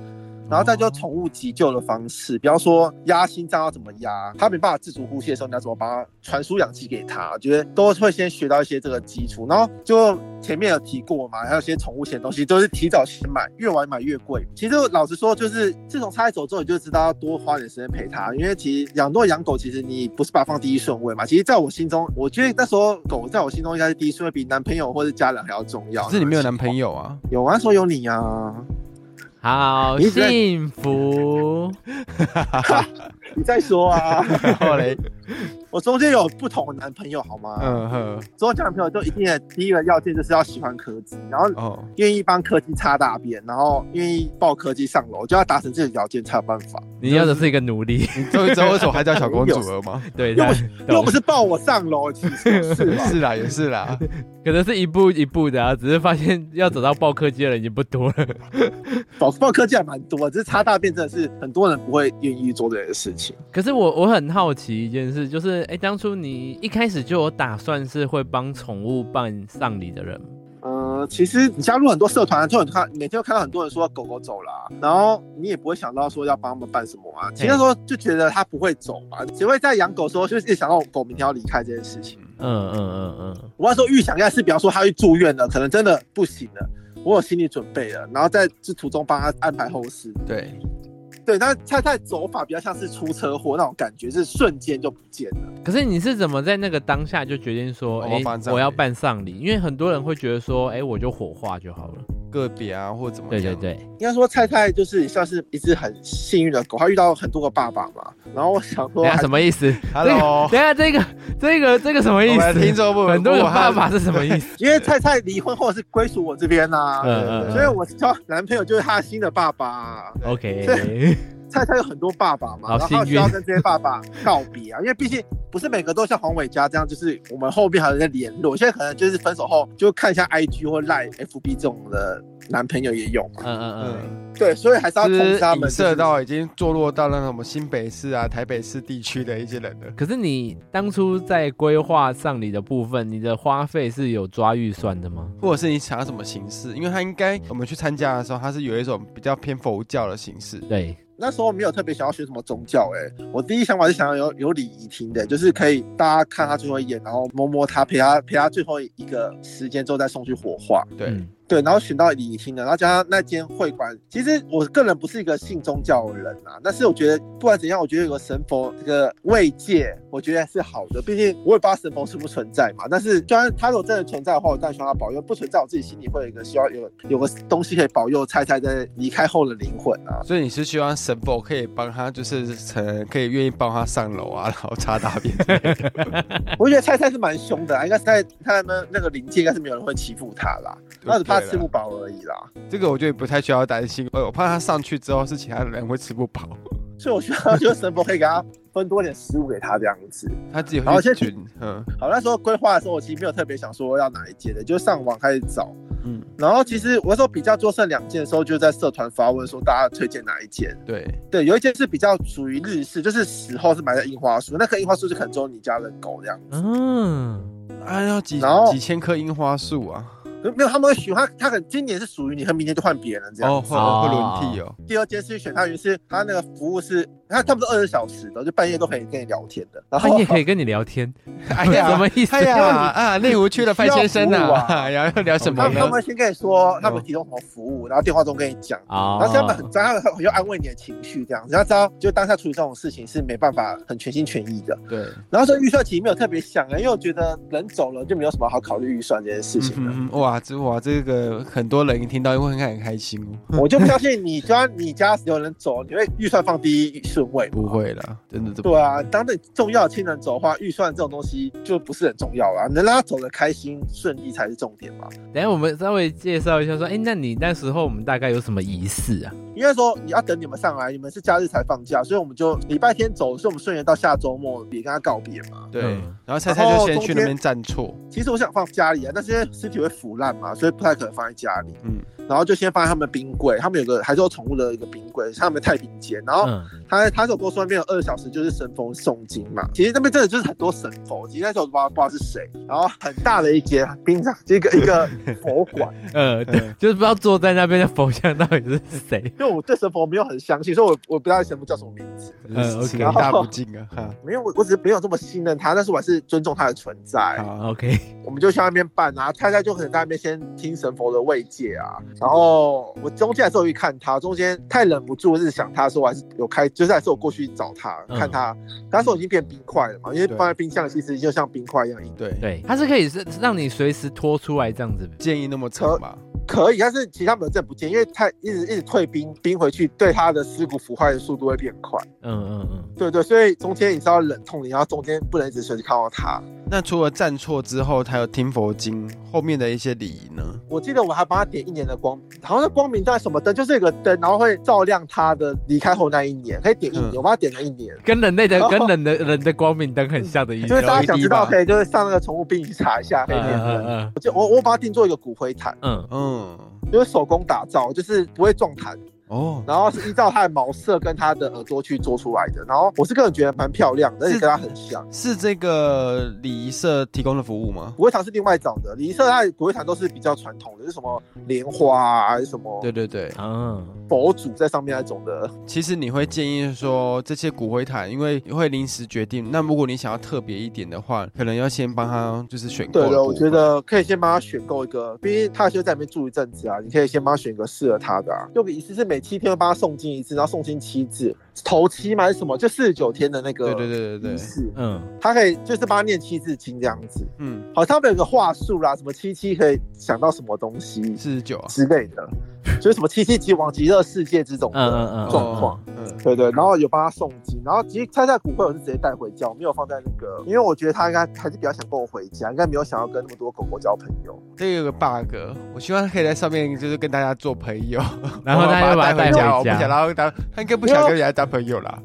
Speaker 3: 然后再就宠物急救的方式，比方说压心脏要怎么压，它没办法自主呼吸的时候，你要怎么帮它传输氧气给它？我觉得都会先学到一些这个基础，然后就前面有提过嘛，还有一些宠物险的东西都是提早先买，越晚买越贵。其实老实说，就是自从拆走之后，你就知道要多花点时间陪它，因为其实养多养狗，其实你不是把它放第一顺位嘛。其实在我心中，我觉得那时候狗在我心中应该是第一顺位，比男朋友或者家人还要重要。
Speaker 2: 可是你没有男朋友啊？
Speaker 3: 有啊，那时候有你啊。
Speaker 1: 好
Speaker 3: 你在
Speaker 1: 幸福，
Speaker 3: 你再说啊，
Speaker 2: 然后 嘞，
Speaker 3: 我中间有不同的男朋友，好吗？
Speaker 2: 嗯哼，
Speaker 3: 所有交男朋友就一定的第一个要件就是要喜欢柯基，然后
Speaker 2: 哦，
Speaker 3: 愿意帮柯基擦大便，然后愿意抱柯基上楼，就要达成这个条件才有办法，
Speaker 1: 你要的是一个奴 隶，
Speaker 2: 你终于知道为什么还叫小公主了 吗？
Speaker 1: 对，
Speaker 3: 又不
Speaker 1: 他
Speaker 3: 又不是抱我上楼，其实 是吧？
Speaker 2: 是啦，也是啦，
Speaker 1: 可能是一步一步的啊，只是发现要找到爆科技的人已经不多了。
Speaker 3: 抱抱柯基还蛮多，只是擦大便真的是很多人不会愿意做这件事情。
Speaker 1: 可是我我很好奇一件事，就是哎、诶当初你一开始就有打算是会帮宠物办丧礼的人吗，
Speaker 3: 嗯，其实你加入很多社团，就很看每天都看到很多人说狗狗走了啊、然后你也不会想到说要帮他们办什么啊。其实那时候就觉得它不会走嘛，只会在养狗的时候就一直想到狗明天要离开这件事情。
Speaker 1: 嗯嗯嗯嗯，
Speaker 3: 我那时候预想应该是，比方说他去住院了，可能真的不行了，我有心理准备了，然后在这途中帮他安排后事。
Speaker 2: 对，
Speaker 3: 对，那菜菜走法比较像是出车祸那种感觉，是瞬间就不见了。
Speaker 1: 可是你是怎么在那个当下就决定说，
Speaker 2: 我
Speaker 1: 哎、
Speaker 2: 要办丧礼
Speaker 1: 我要办丧礼？因为很多人会觉得说，哎、我就火化就好了。
Speaker 2: 个别啊，或怎么
Speaker 1: 对
Speaker 2: 样？
Speaker 1: 对对，
Speaker 3: 应该说菜菜就是像是一只很幸运的狗，它遇到很多个爸爸嘛。然后我想说
Speaker 1: 等
Speaker 3: 哎
Speaker 1: 一，下什么意思？
Speaker 2: ，Hello，
Speaker 1: 等一下这个这个这个什么
Speaker 2: 哦我
Speaker 1: 意
Speaker 2: 们的
Speaker 1: 思？
Speaker 2: 听众部
Speaker 1: 很多个爸爸是什么意思？
Speaker 3: 因为菜菜离婚后是归属我这边啦、
Speaker 1: 嗯嗯嗯
Speaker 3: 所以我交男朋友就是她的新的爸啊爸、
Speaker 1: OK，
Speaker 3: 菜菜有很多爸爸嘛，
Speaker 1: 好
Speaker 3: 然后他
Speaker 1: 幸
Speaker 3: 需
Speaker 1: 运
Speaker 3: 要跟这些爸爸告别啊，因为毕竟不是每个都像黄伟嘉这样，就是我们后面还有在联络。现在可能就是分手后就看一下 IG 或 Line、FB 这种的男朋友也有嘛，
Speaker 1: 嗯嗯嗯，
Speaker 2: 嗯，
Speaker 3: 对，所以还是要
Speaker 2: 就
Speaker 3: 通
Speaker 2: 是
Speaker 3: 知他们、
Speaker 2: 影
Speaker 3: 就是
Speaker 2: 射到已经坐落到那什么新北市啊、台北市地区的一些人了。
Speaker 1: 可是你当初在规划丧礼的部分，你的花费是有抓预算的吗？
Speaker 2: 或者是你想要什么形式？因为他应该我们去参加的时候，他是有一种比较偏佛教的形式。
Speaker 1: 对，
Speaker 3: 那时候没有特别想要学什么宗教、欸，我第一想法是想要有有礼仪厅的，就是可以大家看他最后一眼，然后摸摸他，陪他陪他最后一个时间之后再送去火化。
Speaker 2: 对，
Speaker 1: 嗯
Speaker 3: 对，然后选到李听的，然后加上那间会馆。其实我个人不是一个信宗教的人啊，但是我觉得不管怎样，我觉得有个神佛这个慰藉，我觉得是好的。毕竟我也不知道神佛存不存在嘛，但是虽然他如果真的存在的话，我当然希望他保佑；不存在，我自己心里会有一个希望有有个东西可以保佑菜菜在离开后的灵魂啊。
Speaker 2: 所以你是希望神佛可以帮他，就是呃可以愿意帮他上楼啊，然后擦大便之类的。
Speaker 3: 我觉得菜菜是蛮凶的、啊，应该是在他们那个灵界，应该是没有人会欺负他啦， 那只怕吃不饱而已啦。
Speaker 2: 这个我觉得不太需要担心，呃我怕他上去之后是其他人会吃不饱，
Speaker 3: 所以我希望就是神佛可以给他分多点食物给他这样子。
Speaker 2: 他自己
Speaker 3: 好
Speaker 2: 会
Speaker 3: 先
Speaker 2: 去菌。嗯
Speaker 3: 好，那时候规划的时候，我其实没有特别想说要哪一届的，就上网开始找。
Speaker 2: 嗯，
Speaker 3: 然后其实我那时候比较做剩两件的时候，就在社团发问说大家推荐哪一件。
Speaker 2: 对，
Speaker 3: 对，有一件是比较属于日式，就是死后是埋在樱花树，那棵樱花树就可能只有你家的狗这样子。
Speaker 1: 嗯，
Speaker 2: 啊要几
Speaker 3: 然后
Speaker 2: 几千棵樱花树啊，
Speaker 3: 可没有，他们会喜欢他，可能今年是属于你，和明年就换别人这样。
Speaker 2: 哦，会会轮替哦，
Speaker 3: 第二间是选他，原因是他那个服务是，他差不多二十小时的，就半夜都可以跟你聊天的。然后
Speaker 1: 半夜可以跟你聊 天，
Speaker 2: 哎
Speaker 1: 什么意思
Speaker 2: 哎呀啊，内湖区的范先生
Speaker 3: 需要服务
Speaker 2: 呐，
Speaker 3: 啊
Speaker 2: 哎呀，要聊什么
Speaker 3: 他们他
Speaker 2: 呢？
Speaker 3: 们先跟你说
Speaker 1: 嗯
Speaker 3: 他们提供什么服务，然后电话中跟你讲，
Speaker 1: 啊
Speaker 2: 哦
Speaker 3: 然后他们很，他很要安慰你的情绪这样子。然后知道，就当下处理这种事情是没办法很全心全意的。
Speaker 2: 对，嗯
Speaker 3: 然后这预算其实没有特别想啊，因为我觉得人走了就没有什么好考虑预算这件事情的。
Speaker 2: 嗯哼哼哇，这哇这个很多人一听到会很很开心哦，
Speaker 3: 我就不相信你家你家有人走，你会预算放第一顺位。
Speaker 2: 不会啦，真的这
Speaker 3: 对啊，当你重要的亲人走的话，预算这种东西就不是很重要啦，能让他走得开心顺利才是重点嘛。
Speaker 1: 等一下我们稍微介绍一下，说，哎、那你那时候我们大概有什么仪式啊？
Speaker 3: 应该说你要等你们上来，你们是假日才放假，所以我们就礼拜天走，所以我们顺延到下周末也跟他告别嘛。
Speaker 2: 对
Speaker 1: 嗯，
Speaker 2: 然后菜菜就先去那边站错，
Speaker 3: 其实我想放家里啊，但是因为尸体会腐烂嘛，所以不太可能放在家里。
Speaker 2: 嗯
Speaker 3: 嗯，然后就先放在他们冰柜，他们有个还是有宠物的一个冰柜，是他们的太平间。然后
Speaker 1: 嗯，
Speaker 3: 他他有跟我说那边有二十小时就是神佛诵经嘛，其实那边真的就是很多神佛，其实那时候我不知道不知道是谁，然后很大的一间冰场，就一个一个佛馆。
Speaker 1: 呃， 对，就是不知道坐在那边的佛像到底是谁。
Speaker 3: 因为我对神佛没有很相信，所以我我不知道神佛叫什么名字。
Speaker 1: 嗯，OK
Speaker 2: 情大不敬 啊，哈，
Speaker 3: 没有，我我只是没有这么信任他，但是我还是尊重他的存在。
Speaker 2: 好，
Speaker 1: OK，
Speaker 3: 我们就去那边办啊，太太就可能在那边先听神佛的慰藉啊。然后我中间还是有去看他，中间太忍不住，我是想他说，我还是有开，就是还是有过去找他
Speaker 1: 嗯
Speaker 3: 看他。他说已经变冰块了嘛，因为
Speaker 2: 对
Speaker 3: 放在冰箱里其实就像冰块一样硬。
Speaker 2: 对，
Speaker 1: 对，它是可以是让你随时拖出来这样子。
Speaker 2: 建议那么长吧，
Speaker 3: 可以，但是其实他们真的不见，因为太一直一直退冰，冰回去对他的尸骨腐坏的速度会变快。
Speaker 1: 嗯嗯嗯，
Speaker 3: 对对，所以中间你是要忍痛的，然后中间不能一直随时看到他。
Speaker 2: 那除了站错之后，还有听佛经后面的一些礼仪呢？
Speaker 3: 我记得我还帮他点一年的光，好像是光明灯还是什么灯，就是有个灯，然后会照亮他的离开后那一年，可以点一年，
Speaker 2: 嗯
Speaker 3: 我帮他点了一年，
Speaker 1: 跟人类的
Speaker 3: 哦
Speaker 1: 跟人的人的光明灯很像的意思
Speaker 3: 因。为大家想知道，
Speaker 2: 吧
Speaker 3: 可以就是上那个宠物病去查一下，可以点
Speaker 1: 嗯
Speaker 3: 灯。
Speaker 1: 嗯
Speaker 3: 我就我我把它定做一个骨灰坛，
Speaker 1: 嗯
Speaker 2: 嗯，
Speaker 3: 就是手工打造，就是不会撞坛，
Speaker 2: 哦，
Speaker 3: 然后是依照它的毛色跟它的耳朵去做出来的。然后我是个人觉得蛮漂亮的，而且跟它很像。
Speaker 2: 是这个礼仪社提供的服务吗？
Speaker 3: 骨灰坛是另外找的，礼仪社它的骨灰坛都是比较传统的，就是什么莲花啊，还是什么
Speaker 2: 对对对，
Speaker 1: 嗯嗯，
Speaker 3: 佛祖在上面那种的。
Speaker 2: 其实你会建议说这些骨灰坛，因为会临时决定。那如果你想要特别一点的话，可能要先帮他就是选购
Speaker 3: 对
Speaker 2: 的部分。嗯
Speaker 3: 的，我觉得可以先帮他选购一个，毕竟他就在里面住一阵子啊，你可以先帮他选一个适合他的啊。就个仪式是每七天会帮他诵经一次，然后诵经七次，头七嘛还是什么，就四十九天的那个
Speaker 2: 对对对对
Speaker 3: 仪
Speaker 2: 对，
Speaker 3: 式，
Speaker 1: 嗯
Speaker 3: 他可以就是帮他念七字经这样子。
Speaker 2: 嗯，
Speaker 3: 好，他们有个话术啦，什么七七可以想到什么东西
Speaker 2: 四十九啊，
Speaker 3: 之类的，就是什么七七即往极乐世界这种
Speaker 1: 嗯嗯
Speaker 3: 的。
Speaker 1: 嗯，
Speaker 3: 状况
Speaker 2: 哦，嗯，
Speaker 3: 对对，然后有帮他诵经，然后其实猜猜骨灰我是直接带回家，我没有放在那个，因为我觉得他应该还是比较想跟我回家，应该没有想要跟那么多狗狗交朋友。
Speaker 2: 这个有个 bug，我希望可以在上面就是跟大家做朋友，
Speaker 1: 然后他
Speaker 2: 他
Speaker 1: 就把它带
Speaker 2: 回
Speaker 1: 回
Speaker 2: 家，我不
Speaker 1: 家
Speaker 2: 想让他，他应该不想跟人家当朋友啦。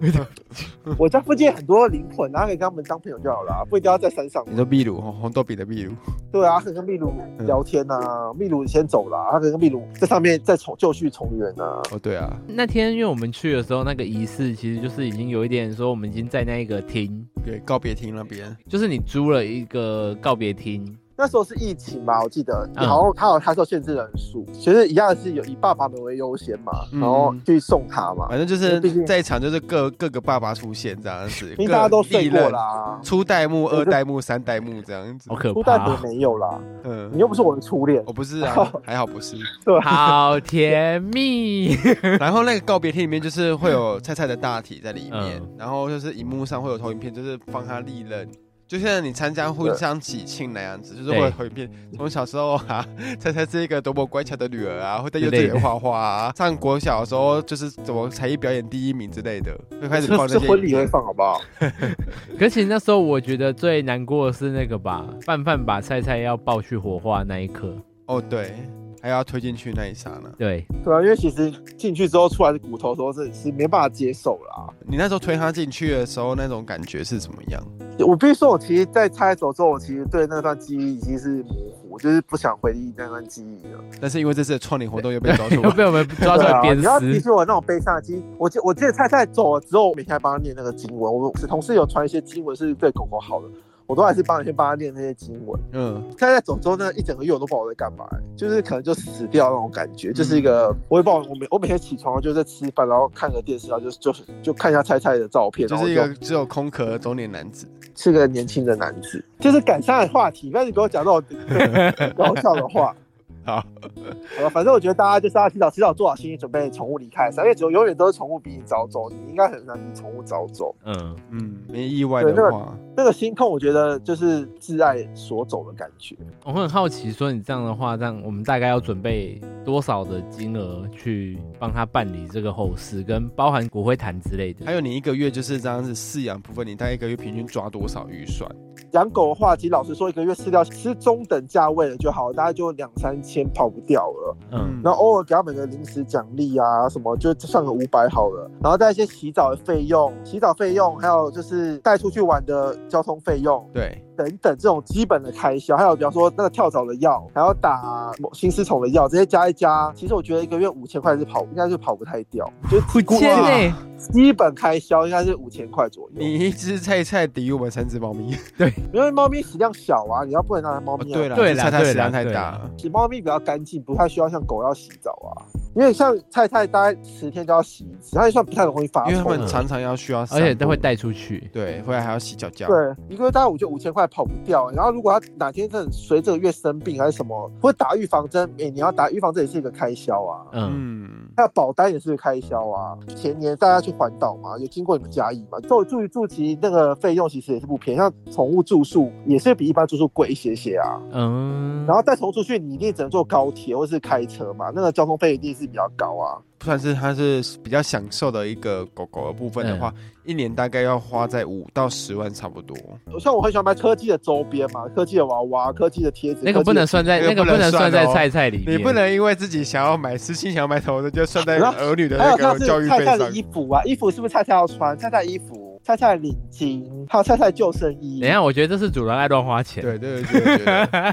Speaker 3: 我家附近很多灵魂，然后可以跟他们当朋友就好了啊，不一定要在山上。
Speaker 2: 你说秘鲁红红豆饼的秘鲁，
Speaker 3: 对啊，可以跟秘鲁聊天啊，秘鲁先走了啊，他可以跟秘鲁在上面再重就绪重圆啊。
Speaker 2: 哦对啊，
Speaker 1: 那天因为我们去的时候，那个仪式其实就是已经有一点说，我们已经在那个厅，
Speaker 2: 对告别厅那边，
Speaker 1: 就是你租了一个告别厅，
Speaker 3: 那时候是疫情嘛，我记得，
Speaker 1: 嗯
Speaker 3: 然
Speaker 2: 啊
Speaker 3: 后他有他说限制人数，其实一样是有以爸爸们为优先嘛，
Speaker 2: 嗯哎
Speaker 3: 然后去送他嘛，
Speaker 2: 反正就
Speaker 3: 因为
Speaker 2: 是
Speaker 3: 毕竟
Speaker 2: 在场就是各各个爸爸出现这样子，
Speaker 3: 因为大家都
Speaker 2: 各历
Speaker 3: 睡过
Speaker 2: 任
Speaker 3: 啦，
Speaker 2: 初代目、二代目、三代目这样子
Speaker 1: 好。可
Speaker 3: 初代
Speaker 1: 怕
Speaker 3: 也
Speaker 1: 哦、
Speaker 3: 没有啦，你
Speaker 2: 嗯，
Speaker 3: 又不是我的初恋
Speaker 2: 我，不是 啊，还好不是。
Speaker 3: 对啊，
Speaker 1: 好甜蜜。
Speaker 2: 然后那个告别厅里面就是会有菜菜的大体在里面
Speaker 1: 嗯，
Speaker 2: 然后就是荧幕上会有投影片，就是放他历任。就像你参加婚丧喜庆那样子，就是会有
Speaker 1: 对
Speaker 2: 投影片，从小时候啊，菜菜是一个多么乖巧的女儿啊，会在幼稚园画画啊，上国小的时候就是怎么才艺表演第一名之类的，会开始放
Speaker 3: 这
Speaker 2: 那
Speaker 3: 这
Speaker 2: 些
Speaker 3: 婚礼
Speaker 2: 影
Speaker 3: 会
Speaker 2: 片
Speaker 3: 放好不好？
Speaker 1: 可其实那时候我觉得最难过的是那个吧，范范把菜菜要抱去火化那一刻。
Speaker 2: 哦，对，还要推进去那一刹那。
Speaker 1: 对，
Speaker 3: 对啊，因为其实进去之后出来的骨头的时候，这是没办法接受啦。
Speaker 2: 你那时候推他进去的时候，那种感觉是怎么样？
Speaker 3: 我必须说，我其实，在拆手之后，我其实对那段记忆已经是模糊，就是不想回忆那段记忆了。
Speaker 2: 但是因为这次的创领活动又被抓住
Speaker 1: 又
Speaker 2: 了，
Speaker 1: 被我们抓出
Speaker 3: 对
Speaker 1: 来
Speaker 3: 啊，
Speaker 1: 鞭
Speaker 3: 你要提
Speaker 1: 尸。
Speaker 3: 起我那种悲伤的记忆。我记，我记得菜菜走了之后，我每天还帮他念那个经文。我同事有传一些经文是对狗狗好的。我都还是帮你先帮他念那些经文。
Speaker 2: 嗯，
Speaker 3: 他在走之后，那一整个月我都不知道我在干嘛、欸就是可能就死掉那种感觉，就是一
Speaker 2: 嗯
Speaker 3: 个我也不知道，我每我每天起床就在吃饭，然后看个电视，然后就就就看一下菜菜的照片，
Speaker 2: 就
Speaker 3: 然后
Speaker 2: 是一个只有空壳的中年男子。
Speaker 3: 是个年轻的男子， 就是感伤的话题，不要你给我讲到搞笑的话。
Speaker 2: 好，
Speaker 3: 好了，反正我觉得大家就是要提早提早做好心理准备，宠物离开，因为永永远都是宠物比你早走，你应该很难比宠物早走。
Speaker 1: 嗯，
Speaker 2: 嗯，没意外
Speaker 3: 对那
Speaker 2: 的
Speaker 3: 个
Speaker 2: 话，
Speaker 3: 那个心痛，我觉得就是挚爱所走的感觉。
Speaker 1: 我很好奇，说你这样的话，这样我们大概要准备多少的金额去帮他办理这个后事，跟包含骨灰坛之类的？
Speaker 2: 还有你一个月就是这样子饲养部分，你大概一个月平均抓多少预算？
Speaker 3: 养狗的话，其实老实说，一个月饲料吃中等价位的就好，大概就两三千跑不掉了。
Speaker 1: 嗯，
Speaker 3: 然后偶尔给他们个零食奖励啊，什么就算个五百好了。然后再一些洗澡的费用、洗澡费用，还有就是带出去玩的交通费用
Speaker 2: 对，
Speaker 3: 等等这种基本的开销，还有比方
Speaker 2: 嗯
Speaker 3: 说那个跳蚤的药，还有打心丝虫的药，这些加一加，其实我觉得一个月五千块是跑，应该是跑不太掉，就是
Speaker 1: 五千呢？
Speaker 3: 基本开销应该是五千块左右。
Speaker 2: 欸你一只菜菜抵我们三只猫咪。
Speaker 3: 因为猫咪食量小啊，你要不能让它猫
Speaker 2: 哦，
Speaker 3: 咪、啊
Speaker 2: 对了，
Speaker 1: 对啦
Speaker 2: 菜菜
Speaker 1: 对啦
Speaker 2: 食量太
Speaker 1: 对啦
Speaker 2: 大了。
Speaker 3: 洗猫咪比较干净，不太需要像狗要洗澡啊。因为像菜菜大概十天就要洗一次，它也算不太容易发
Speaker 2: 因为他
Speaker 3: 臭。啊
Speaker 2: 们常常要需要散
Speaker 1: 而
Speaker 2: 步，
Speaker 1: 且都会带出去。
Speaker 2: 对，回来还要洗脚脚。
Speaker 3: 对，一个月大概我觉得五千块跑不掉、然后如果它哪天真的随这个月生病还是什么，或者打预防针，每年要打预防针也是一个开销啊。
Speaker 1: 嗯，
Speaker 2: 嗯，
Speaker 3: 还有保单也是个开销啊。前年大家去环岛嘛，有经过你们嘉义嘛，住住住其实那个费用其实也是不便宜，像宠物住宿也是比一般住宿贵一些些啊。
Speaker 1: 嗯，
Speaker 3: 然后带宠物出去，你一定只能坐高铁或是开车嘛，那个交通费一定是比较高啊。
Speaker 2: 算是它是比较享受的一个狗狗的部分的话，一年大概要花在五到十万差不多。
Speaker 3: 像我很喜欢买科技的周边嘛，科技的娃娃、科技的贴纸，
Speaker 1: 那个不能算在
Speaker 2: 那
Speaker 1: 那
Speaker 2: 个
Speaker 1: 个
Speaker 2: 不
Speaker 1: 不能
Speaker 2: 能算哦
Speaker 1: 算在菜菜里面，
Speaker 2: 你不能因为自己想要买私心想要买头的，就算在
Speaker 3: 然后
Speaker 2: 儿女的
Speaker 3: 还
Speaker 2: 那
Speaker 3: 有像
Speaker 2: 个
Speaker 3: 是
Speaker 2: 教育
Speaker 3: 菜
Speaker 2: 费
Speaker 3: 菜
Speaker 2: 上
Speaker 3: 的。衣服啊，衣服是不是菜菜要穿？菜菜衣服、菜菜领巾，还有菜菜救生衣。
Speaker 1: 等一下，我觉得这是主人爱乱花钱。
Speaker 2: 对对对对对，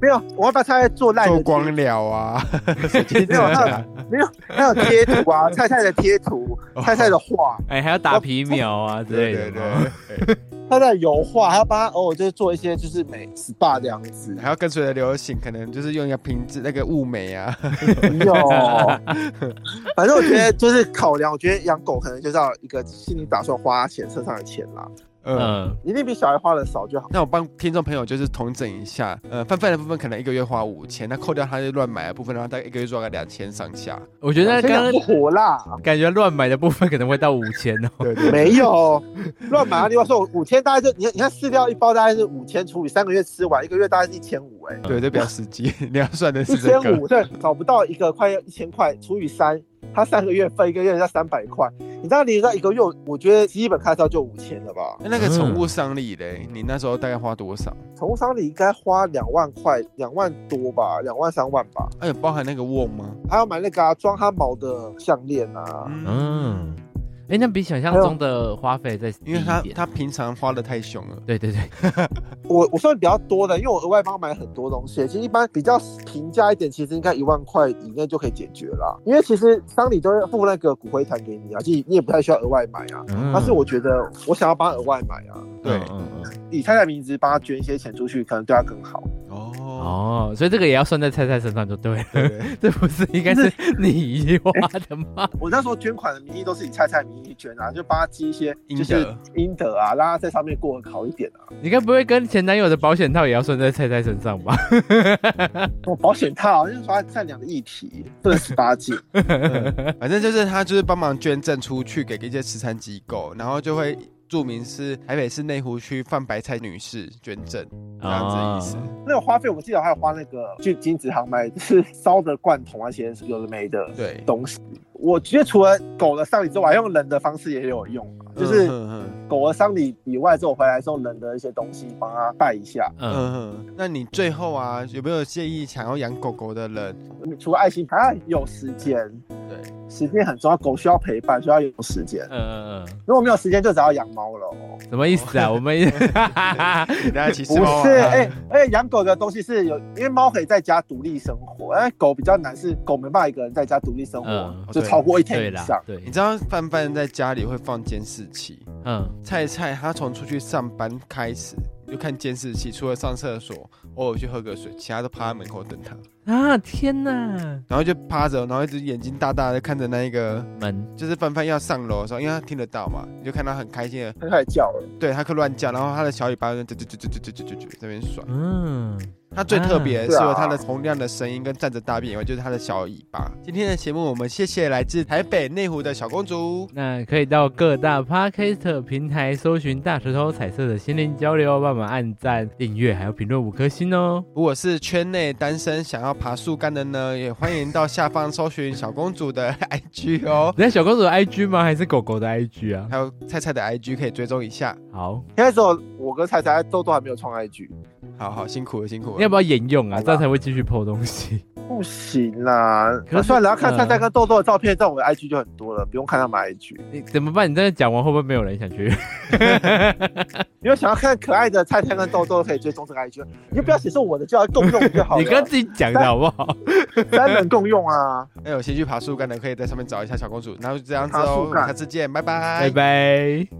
Speaker 3: 没有，我要把菜菜做烂的
Speaker 2: 做光疗啊，
Speaker 3: 没有，还有没有，还有贴图啊，菜菜的贴图，
Speaker 1: 哦
Speaker 3: 菜菜的画，
Speaker 1: 哎，还要打皮秒啊之类
Speaker 2: 对对哎
Speaker 1: 的。
Speaker 2: 对，
Speaker 3: 菜菜的油画，还要帮他偶尔就是做一些就是美 SPA 这样 子。
Speaker 2: 还要跟随着流行，可能就是用一个瓶子那个物美啊，
Speaker 3: 有，哎反正我觉得就是考量，我觉得养狗可能就是要一个心里打算花钱身上的钱啦，
Speaker 2: 嗯。
Speaker 1: 嗯，
Speaker 3: 一定比小孩花的少就好。
Speaker 2: 那我帮听众朋友就是统整一下，呃，范范的部分可能一个月花五千，那扣掉他就乱买的部分的话，大概一个月抓个两千上下。
Speaker 1: 我觉得
Speaker 3: 先
Speaker 1: 刚
Speaker 3: 养不
Speaker 1: 刚
Speaker 3: 活啦，
Speaker 1: 感觉乱买的部分可能会到五千哦。
Speaker 2: 对对
Speaker 3: 没有乱买啊！另外说，我五天大概就你看你看饲料一包大概是五千除以三个月吃完，一个月大概是一千五哎，
Speaker 2: 对，这比较实际，你要算的
Speaker 3: 一
Speaker 2: 是这
Speaker 3: 千
Speaker 2: 个。
Speaker 3: 五对，找不到一个快要一千块除以三，它三个月分一个月要三百块，你知道你知道一个月我我觉得基本开销就五千了吧？
Speaker 2: 那那个宠物丧礼嘞，你那时候大概花多少？
Speaker 3: 宠物商里应该花两万块，两万多吧，两万三万吧，
Speaker 2: 哎，有包含那个瓮吗？
Speaker 3: 还要买那个啊装、它毛的项链啊，
Speaker 2: 嗯，
Speaker 1: 嗯，哎，那比想象中的花费再低
Speaker 2: 因为
Speaker 1: 一
Speaker 2: 他
Speaker 1: 点。
Speaker 2: 他平常花的太凶了。
Speaker 1: 对对对，
Speaker 3: 我我算比较多的，因为我额外帮他买很多东西。其实一般比较平价一点，其实应该一万块以内就可以解决啦。因为其实丧礼都会付那个骨灰坛给你啊，其实你也不太需要额外买啊。
Speaker 1: 嗯
Speaker 3: 但是我觉得我想要帮他额外买啊，
Speaker 2: 对
Speaker 1: 嗯，嗯嗯
Speaker 3: 以太太名字帮他捐一些钱出去，可能对他更好。
Speaker 2: 哦，
Speaker 1: 哦，所以这个也要算在菜菜身上就对了。 这不是应该 是你花的吗？
Speaker 3: 我那时候捐款的名义都是以太太名义捐啊，就帮他积一些
Speaker 2: 应
Speaker 3: 就
Speaker 2: 得
Speaker 3: 是应得啊，让他在上面过得好一点啊。
Speaker 1: 你该不会跟前男友的保险套也要算在菜菜身上吧？
Speaker 3: 我保险套啊就是说他善良的议题，不能十八禁。
Speaker 2: 嗯反正就是他就是帮忙捐赠出去给一些慈善机构，然后就会注明是台北市内湖区范白菜女士捐赠这样子的意思。
Speaker 3: 那个花费，我记得还有花那个去金子行买，就是烧的罐头啊，些有的没的
Speaker 2: 对，
Speaker 3: 东西。我觉得除了狗的丧礼之外，用人的方式也有用啊，就
Speaker 2: 嗯
Speaker 3: 是
Speaker 2: 嗯
Speaker 3: 狗的丧礼以外之后，回来之后人的一些东西帮它拜一下。
Speaker 2: 嗯
Speaker 1: 嗯，
Speaker 2: 嗯嗯。那你最后啊，有没有建议想要养狗狗的人？
Speaker 3: 除了爱心，还要有时间。
Speaker 2: 对，
Speaker 3: 时间很重要，狗需要陪伴，需要有时间
Speaker 1: 嗯。嗯嗯，
Speaker 3: 如果没有时间，就只好养猫了、哦。
Speaker 1: 什么意思啊？我们
Speaker 2: 给大家其实
Speaker 3: 不是，哎、而且养狗的东西是有，因为猫可以在家独立生活，但狗比较难，是狗没办法一个人在家独立生活，
Speaker 1: 嗯
Speaker 3: 就
Speaker 2: 对
Speaker 3: 超过一 天
Speaker 1: 对
Speaker 3: 以
Speaker 1: 啦
Speaker 3: 上，。
Speaker 1: 对
Speaker 2: 你，知道范范在家里会放监视器，
Speaker 1: 嗯
Speaker 2: 菜菜她从出去上班开始，就看监视器，除了上厕所，偶尔去喝个水，其他都趴在门口等他，
Speaker 1: 啊！天哪，
Speaker 2: 然后就趴着，然后一直眼睛大大的看着那一个，
Speaker 1: 门
Speaker 2: 就是范范要上楼的时候，因为他听得到嘛，你就看他很开心的，
Speaker 3: 他开始叫了，
Speaker 2: 对他可以乱叫，然后他的小尾巴就啾啾啾啾啾啾啾啾这边甩。
Speaker 1: 嗯，
Speaker 2: 它最特别
Speaker 3: 啊
Speaker 2: 是有它的洪亮的声音跟站着大便以外，就是它的小尾巴。今天的节目我们谢谢来自台北内湖的小公主，
Speaker 1: 那可以到各大 podcast 平台搜寻“大舌头彩色的心灵交流”，帮忙按赞、订阅，还有评论五颗星哦。
Speaker 2: 如果是圈内单身想要爬树干的呢，也欢迎到下方搜寻小公主的 IG 哦，
Speaker 1: 人家小公主的 IG 吗？还是狗狗的 IG 啊？
Speaker 2: 还有菜菜的 IG 可以追踪一下。
Speaker 1: 好，
Speaker 3: 因为那时候我跟彩彩都都还没有创 IG，
Speaker 2: 好好辛苦了，辛苦
Speaker 1: 你要
Speaker 2: 了。
Speaker 1: 不要沿用啊？
Speaker 3: 好吧
Speaker 1: 这样才会继续 PO 东西。
Speaker 3: 不行啦。
Speaker 1: 可是嗯
Speaker 3: 啊算了，要看
Speaker 1: 呃
Speaker 3: 菜菜跟豆豆的照片，在我的 IG 就很多了，不用看他们 IG。
Speaker 1: 你怎么办？你这样讲完会不会没有人想去？
Speaker 3: 你有想要看可爱的菜菜跟豆豆，可以追踪这个 IG，你就不要写是我的，就要共用就好 了。
Speaker 1: 你刚自己讲的好不好？
Speaker 3: 三人共用啊，
Speaker 2: 哎那有兴趣爬树干的可以在上面找一下小公主，然后就这样子
Speaker 3: 爬
Speaker 2: 哦
Speaker 3: 树，干
Speaker 2: 下次见，拜
Speaker 1: 拜拜。